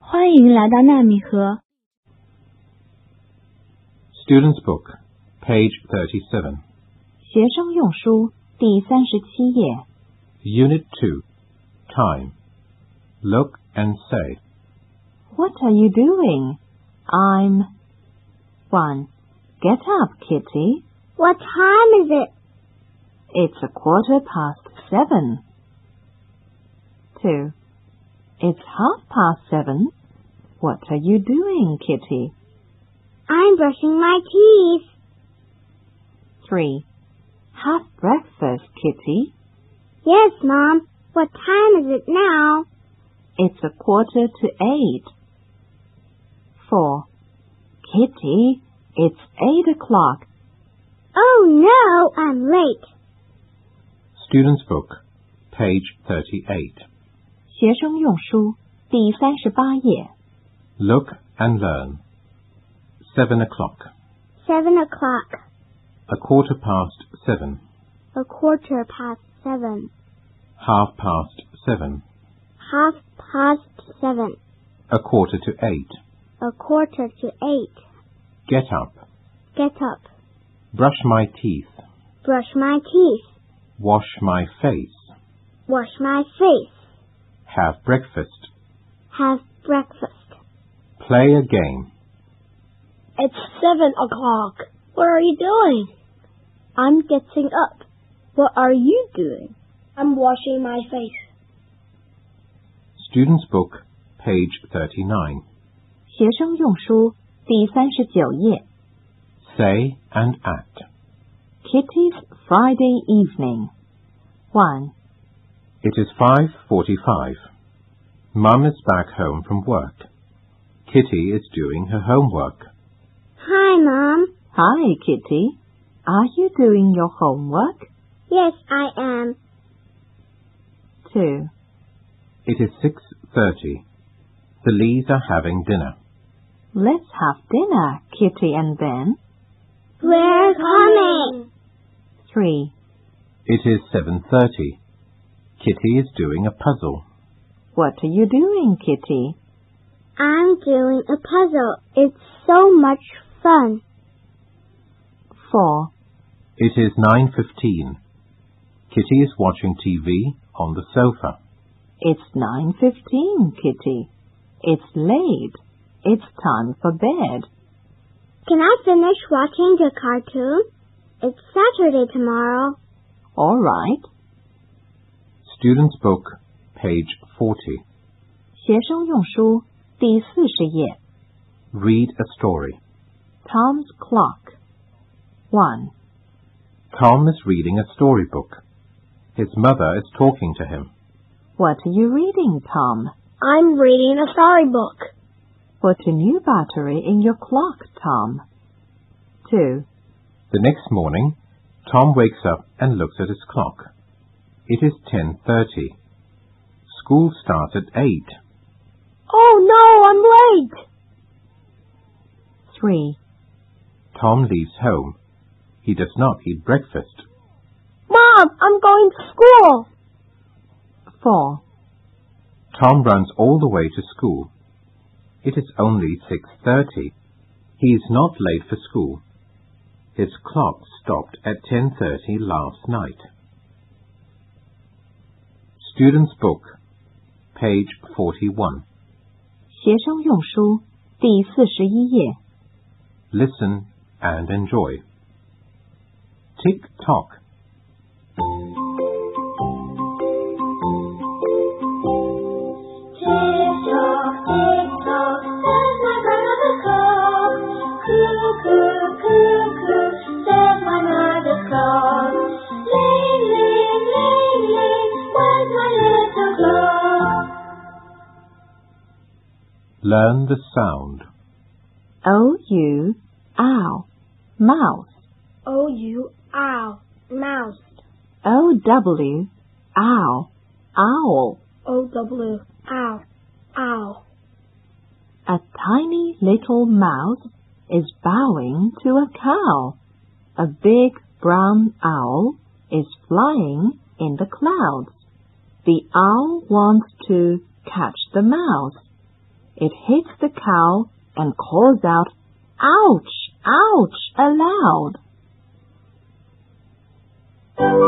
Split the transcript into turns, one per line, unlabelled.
欢迎来到纳米河
Student's Book, page 37,
学生用书第三十七页。
Unit 2. Time. Look and say.
What are you doing? I'm. 1. Get up, Kitty.
What time is it?
It's a quarter past seven. 2. It's half past seven. What are you doing, Kitty?
I'm brushing my teeth.
3. Have breakfast, Kitty.
Yes, Mom. What time is it now?
It's a quarter to eight. 4. Kitty, it's eight o'clock.
Oh no, I'm late.
Student's Book, page 38.
学生用书第三十八页。
Look and learn. 7 o'clock.
Seven o'clock.
A quarter past 7.
A quarter past seven.
Half past 7.
Half past seven.
A quarter to 8.
A quarter to eight.
Get up.
Get up.
Brush my teeth.
Brush my teeth.
Wash my face.
Wash my face.
Have breakfast.
Have breakfast.
Play a game.
It's seven o'clock. What are you doing? I'm getting up. What are you doing? I'm washing my face.
Student's Book, page 39.
学生用书第三十九页。
Say and act.
Kitty's Friday evening. 1.
It is 5:45. Mum is back home from work. Kitty is doing her homework.
Hi, Mom.
Hi, Kitty. Are you doing your homework?
Yes, I am.
2.
It is 6:30. The Lees are having dinner.
Let's have dinner, Kitty and Ben.
We're coming.
3.
It is 7:30. Kitty is doing a puzzle.
What are you doing, Kitty?
I'm doing a puzzle. It's so much fun.
4.
It is 9:15. Kitty is watching TV on the sofa.
It's 9.15, Kitty. It's late. It's time for bed.
Can I finish watching the cartoon? It's Saturday tomorrow.
All right.
Student's Book, page 40.
学生用书第四十页。
Read a story.
Tom's Clock. 1.
Tom is reading a storybook. His mother is talking to him.
What are you reading, Tom?
I'm reading a storybook.
Put a new battery in your clock, Tom. 2.
The next morning, Tom wakes up and looks at his clock. It is 10:30. School starts at 8.
Oh no, I'm late.
3.
Tom leaves home. He does not eat breakfast.
Mom, I'm going to school.
4.
Tom runs all the way to school. It is only 6:30. He is not late for school. His clock stopped at 10:30 last night. Student's book, page 41.
学生用书第四十一页。
Listen and enjoy. Tick tock.
Tick tock, tick tock, there's my mother clock. Coo coo coo coo, there's my mother clock. Ling ling ling ling, where's my little clock?
Learn the sound.
O U ow mouse
O U Oh, ow mouse.
O W ow owl.
O W ow ow.
A tiny little mouse is bowing to a cow. A big brown owl is flying in the clouds. The owl wants to catch the mouse. It hits the cow and calls out, ouch, ouch, aloud.